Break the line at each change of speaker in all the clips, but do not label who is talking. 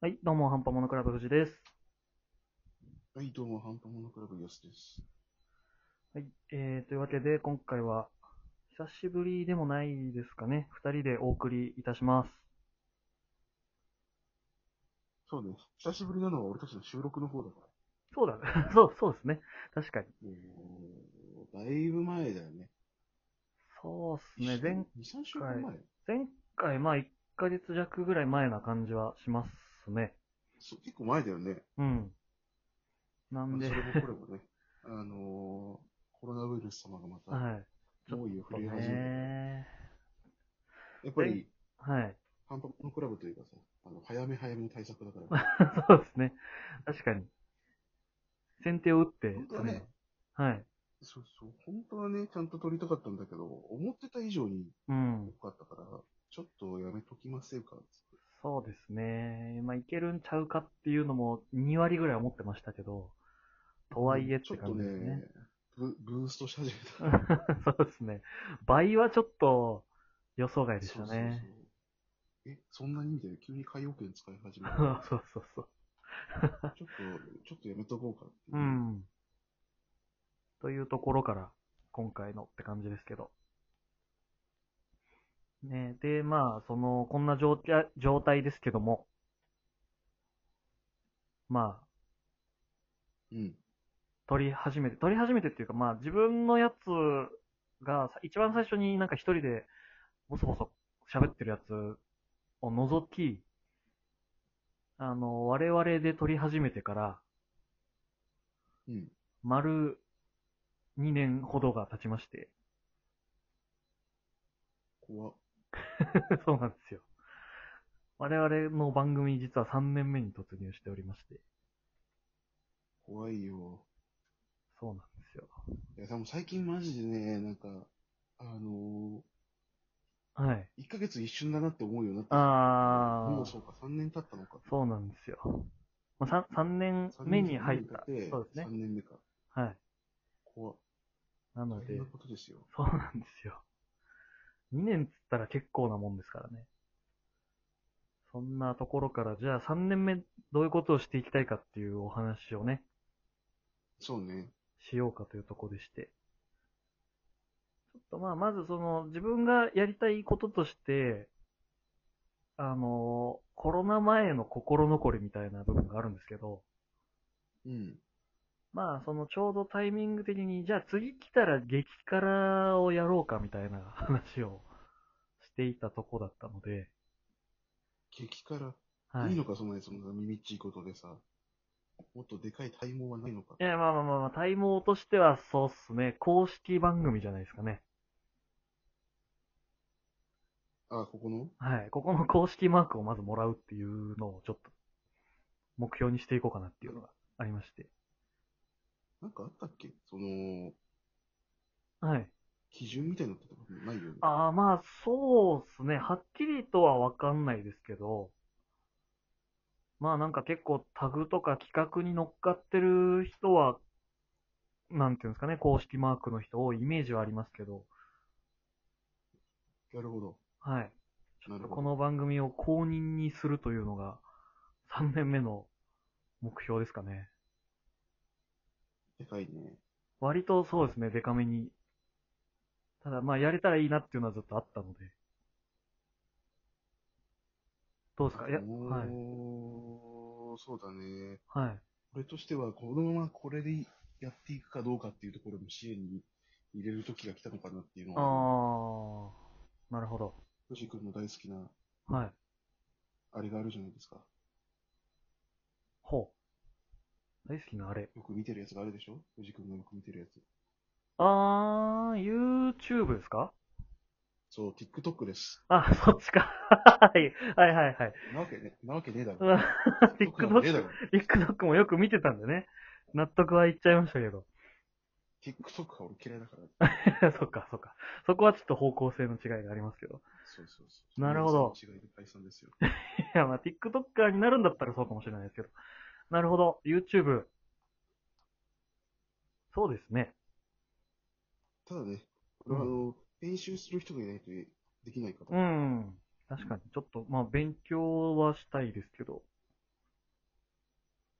はい、どうも、ハンパモノクラブ藤です。
はい、どうも、ハンパモノクラブ、ヨスです。
はい、えー、というわけで、今回は、久しぶりでもないですかね、二人でお送りいたします。
そうね、久しぶりなのは俺たちの収録の方だか
そうだ、 そう、そうですね。確かに。
ら。だいぶ前だよね。
そうですね、前、
2、3週間前、
前回、まあ、1ヶ月弱ぐらい前な感じはしますね。
そう結構前だよね。
うん。なん
まあ
で、
そ
は
れもこれもね、あのー、コロナウイルス様がまた
い。ちょ
猛威を
っ
振
と
るい始めて、
ね、
やっぱり、
はい。
ハンパモノクラブというかさ、あの早め早めの対策だから、
そうですね。確かに。先手を打って、
本当はね、
はい。
そうそう、本当はね、ちゃんと撮りたかったんだけど、思ってた以上に
うん
多。かったから、ちょっとやめときませんか、つっ
そうですね。まあ、いけるんちゃうかっていうのも2割ぐらい思ってましたけど、と
て
はいえっ
ちょ
て
っと
感じです
ね
ね。、
ブブーストし始めた。
そうですね。倍はちょっと予想 外でしたね。
そうそうそうえ、そんなにみたいな、急に海洋券使い始めた。
そ
ちょ
うそうそう。
っと、ちょっとやめとこうかっていう
ん。というところから、今回のって感じですけど。ねで、まあ、その、こんな状態状態ですけども、まあ、
うん。
撮り始めて、撮り始めてっていうか、まあ自分のやつがさ一番最初になんか一人でボソボソ喋ってるやつを除き、あの、我々で撮り始めてから、
うん。
丸2年ほどが経ちまして。
怖っ
そうなんですよ。我々の番組実は3年目に突入しておりまして。
怖いよ。
そうなんですよ。
いや、でも最近マジでね、なんか、あの
はい。
ー、1ヶ月一瞬だなって思うようになって。
あー
もうそうか、3年経ったのか。
そうなんですよ。まあ、3, 年
三
目
年
に入った。そうですね
3。年目か。
はい。
怖っ
なの
大変
で
な、ことですよ。
そうなんですよ。2年っつったら結構なもんですからね。そんなところから、じゃあ3年目どういうことをしていきたいかっていうお話をね、
そうね。
しようかというところでして。ちょっとまあ、まずその自分がやりたいこととして、あの、コロナ前の心残りみたいな部分があるんですけど、
うん。
まあ、そのちょうどタイミング的に、じゃあ次来たら激辛をやろうかみたいな話をしていたとこだったので、
激辛。
はい
い
い。
の
い
か、そんなにそんな耳っちいことでさ。もっとでかい体毛はないのか。
や、まあまあまあまあ、体毛としてはそうっすね、公式番組じゃないですかね。
あ、ここの
はい。ここの公式マークをまずもらうっていうのをちょっと目標にしていこうかなっていうのがありまして。
なんかあったっけその、
はい。
基準みたいなのってとこないよね。
ああ、まあ、そうっすね。はっきりとはわかんないですけど、まあなんか結構タグとか企画に乗っかってる人は、なんていうんですかね、公式マークの人多いイメージはありますけど、
なるほど。
はい。
なるほど。
この番組を公認にするというのが、3年目の目標ですかね。
でかいね。
割とそうですね、デカめに。ただまあやれたらいいなっていうのはずっとあったので。どうですかいや、はい。
おーそうだね。
はい。
俺としては、このままこれでやっていくかどうかっていうところも支援に入れる時が来たのかなっていうの
あ
は、
ー、なるほど。
藤井君の大好きな、
はい。
あれがあるじゃないですか。
ほう。大好きなあれ。
よく見てるやつがあるでしょ藤井君がよく見てるやつ。
あー、YouTube ですか
そう、TikTok です。
あ、そっちか。 はい。はいはいはい。
なわけね、なわけねえだ
う
ろ。
わ
TikTok なんかねえだろ
TikTok もよく見てたんでね。納得はいっちゃいましたけど。
TikTok は俺嫌いだから。
そっかそっか。そこはちょっと方向性の違いがありますけど。
そうそうそう。
なるほど
違いで解散ですよ。
いや、まあ、TikToker になるんだったらそうかもしれないですけど。なるほど。YouTube。そうですね。
ただね、これはあの、編集する人がいないとできないから。
うん。確かに。ちょっと、まあ、勉強はしたいですけど。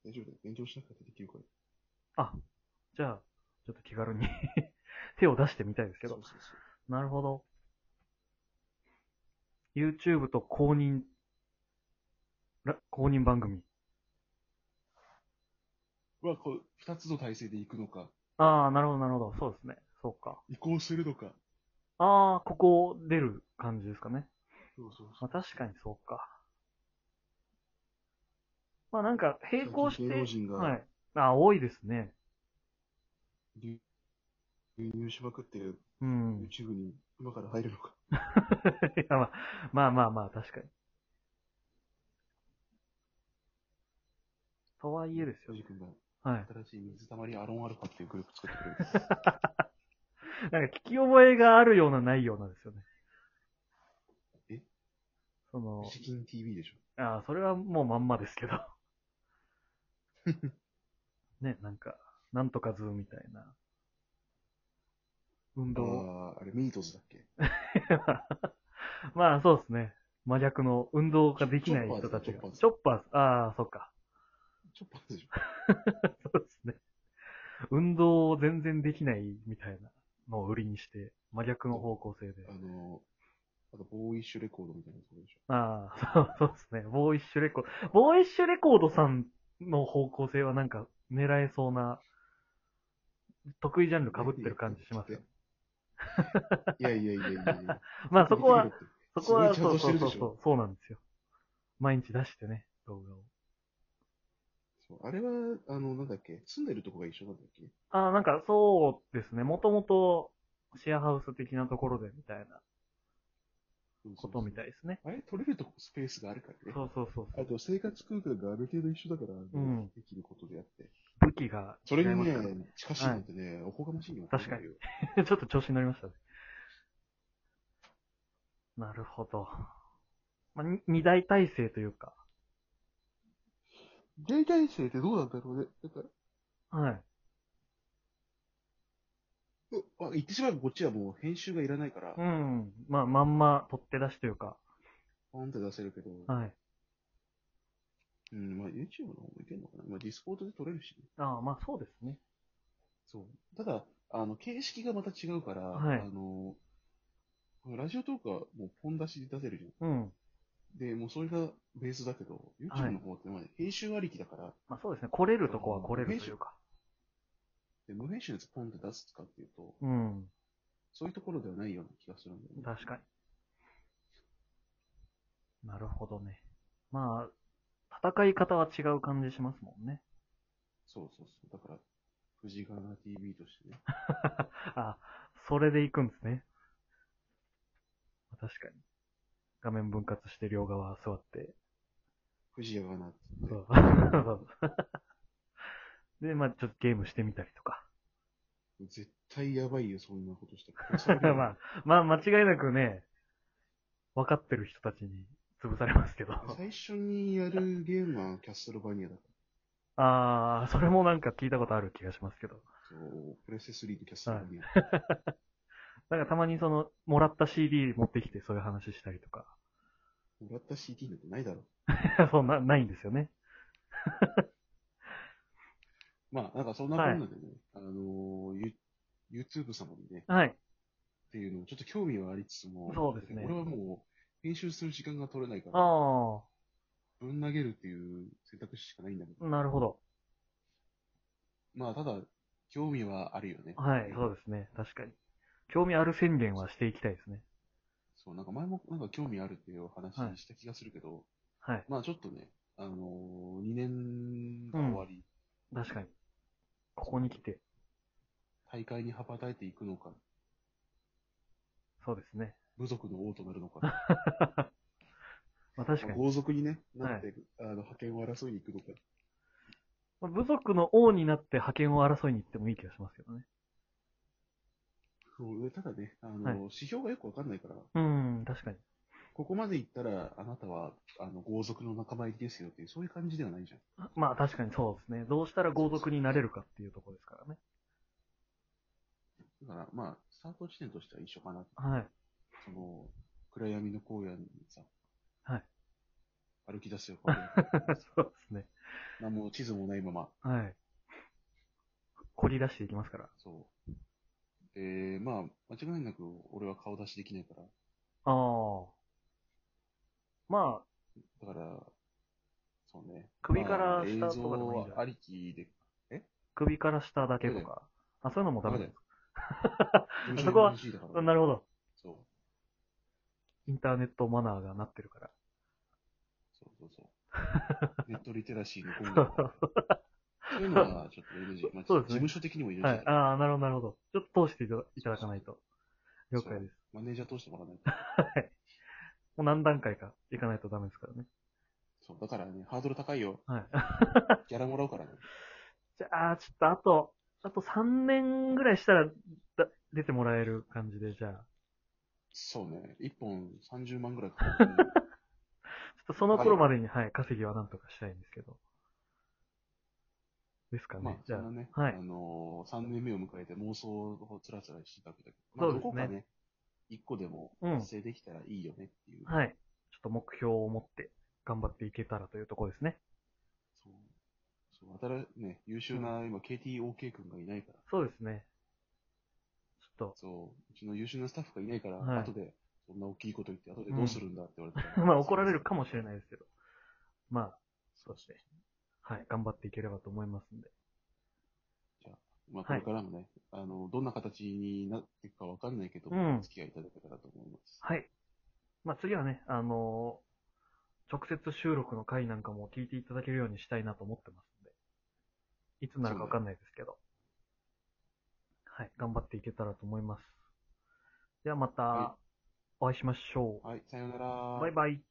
大丈夫だよ。勉強しなくたってできるから。
じゃあ、ちょっと気軽に 手を出してみたいですけ
そう
ど。
そうそう。
なるほど。YouTube と公認、ら公認番組。
は、こう、二つの体制で行くのか、
ああ、なるほど、なるほど。そうですね。そうか。
移行するのか。
ああ、ここ出る感じですかね。
そうそうそ
まあ確かにそうか。まあなんか並行して、
芸能人が
はい。あ多いですね。
う。流入しまくってる。
うん
YouTube に今から入るのか。
いやまあまあまあまあ、確かに。とはいえです
正
よね。
直君が
はい。
新しい水たまりアロンアルファっていうグループ作ってくれる。
なんか聞き覚えがあるようなないようなですよね。
え
その、
チキン TV でしょ。
ああ、それはもうまんまですけ ど。ね、なんか、なんとかズーみたいな。運動。
ああ、あれミートズだっけ
まあそうですね。真逆の運動ができない人たちが。
チョッパーズ
チョッパーズ。ああ、そっか。
ちょっと待ってでしょ。
そうですね。運動を全然できないみたいなのを売りにして、真逆の方向性で。
あの、あとボーイッシュレコードみたいなところでしょ。
ああ、 そうそうですね。ボーイッシュレコード。ボーイッシュレコードさんの方向性はなんか狙えそうな、得意ジャンル被ってる感じしますよ。
いやいやいやいやいや。
まあそこは、、そこは、
す
そ
ご
うそう
いちゃんとしてるでし
そ
ょ
うそう、そうなんですよ。毎日出してね、動画を。
そうあれは、あの、なんだっけ、住んでるとこが一緒なんだっけ
ああ、なんかそうですね。もともとシェアハウス的なところでみたいなことみたい
い。
ですね。
あれ取れるとこスペースがあるからね。
そうそうそうそ
あ
う。
と生活空間がある程度一緒だから、
ん
できることであって。
武器が
それ
違い
に
ます
ね
から、
近しいのってね、おこがましいよ。
確かに。 ちょっと調子に乗りましたね。なるほど。まあ、に二大体制というか。
大体生ってどうなんだろうね。だから
はい。
うあ、言ってしまえばこっちはもう編集がいらないから
う、ん。まあ、まんま取って出しというか。
ポンって出せるけど、
はい。
うん、まあ YouTube の方もいけるのかな。まあディスコードで撮れるしね。
ああ、まあそうですね。
そう。ただ、あの、形式がまた違うから、
はい
あの、ラジオトークはもうポン出しで出せるじゃん。
うん。
で、もうそれがベースだけど、
はい
YouTube の方ってまあ編集ありきだから、
まあそうですね。来れるとこは来れるというか。
で無編集でポンって出すかっていうと、
うん。
そういうところではないような気がするんだよね。
確かに。なるほどね。まあ、戦い方は違う感じしますもんね。
そうそうそう。だから、藤ヶ谷 TV としてね。
あ、それで行くんですね。確かに。画面分割して両側座って。
藤ヶ谷って
そ
言
う
っ て。
で、まあちょっとゲームしてみたりとか。
絶対やばいよ、そんなことして。
まあ、まあ間違いなくね、分かってる人たちに潰されますけど。
最初にやるゲームはキャッスルバニアだか
あー、それもなんか聞いたことある気がしますけど。
ら。そう、プレステ3とキャッスルバニア。
なんかたまにその、もらった CD 持ってきてそういう話したりとか。
もらった CD なんてないだろ。
そうな、ないんですよね。
まあ、なんかそんなこんなでね、あのー、ユ YouTube 様にね、
はい。
っていうのもちょっと興味はありつつも、
そうですね
俺はもう、編集する時間が取れないから、
あ
ぶん投げるっていう選択肢しかないんだけど、
ー、なるほど。
まあ、ただ、興味はあるよね。
はい、そうですね。確かに。興味ある宣言はしていきたいですね。
そう、なんか前もなんか興味あるっていうお話
はい
した気がするけど、
はい、
まあちょっとね、あのー、2年が終わり、
確かに。ここに来て、
大会に羽ばたいていくのか、
そうですね。
部族の王となるの か、
まあ確かに。
豪族にね、なって、あの、派遣を争いに行くのか、
まあ部族の王になって覇権を争いに行ってもいい気がしますけどね。
そうただね、あの、
はい
指標がよくわかんないから、
うん、確かに。
ここまで行ったら、あなたは、あの、豪族の仲間入りですよっていう、そういう感じではないじゃん。
まあ確かにそうですね。どうしたら豪族になれるかっていうところですからね。
だから、まあ、スタート地点としては一緒かな。
はい。
その、暗闇の荒野にさ、
はい。
歩歩き出すよ。これ
そうですね。
何も地図もないまま。
はい。凝り出していきますから。
そう。えー、まあ、間違いなく俺は顔出しできないから。
ああ。まあ、
だから、そうね。
首から
映
下とかでもいいんじゃない
像ありき で。
首から下だけとか。あ、そういうのもダメだ。
だよ
そこは
NG だから
あなるほど。
そう。
インターネットマナーがなってるから。
そうそうそう。 ネットリテラシーの今度。そういうのはちょっと NG。まあ、
そうで
事
すね
務所的にも NG だ、
はい。ああ、なるほど、なるほど。ちょっと通していただいただかないと。了解です。
マネージャー通してもらわないと。
もう何段階かいかないとダメですからね。
そう、だからね、ハードル高いよ。
はい。
ギャラもらうからね。
じゃあ、ちょっとあと、あと3年ぐらいしたらだ出てもらえる感じで、じゃあ。
そうね。1本30万ぐらいかか るからね。
ちょっとその頃までに、はい、稼ぎはなんとかしたいんですけど。ですかね。
まあ、
じ
そ
ゃ
んなね、
あ、はい
あ。のー、3年目を迎えて妄想をつらつらしてたわけだけど、まあ、
そ
ど
うですね
こかね、1個でも
うん
達成できたらいいよねっていう。
はい。ちょっと目標を持って頑張っていけたらというところですね。
そう。そう、新ね、優秀な、今、KTOK 君がいないから、
そうですね。ちょっ
そう、うちの優秀なスタッフがいないから、
はい
後で、そんな大きいこと言って、後でどうするんだって言われた
と、
ら。
まあ怒られるかもしれ
い。
ないですけど。まあ、そうして、はい、頑張っていければと思いますんで。
まあ、これからもね、あの、どんな形になっていくかわかんないけど、
うん
お付き合いいただけたらと思います。
はい。まあ次はね、あのー直接収録の回なんかも聞いていただけるようにしたいなと思ってますんで。いつになるかわかんないですけど。はい、頑張っていけたらと思います。ではまた
は、
お会いしましょう。
はい、さようなら。
バイバイ。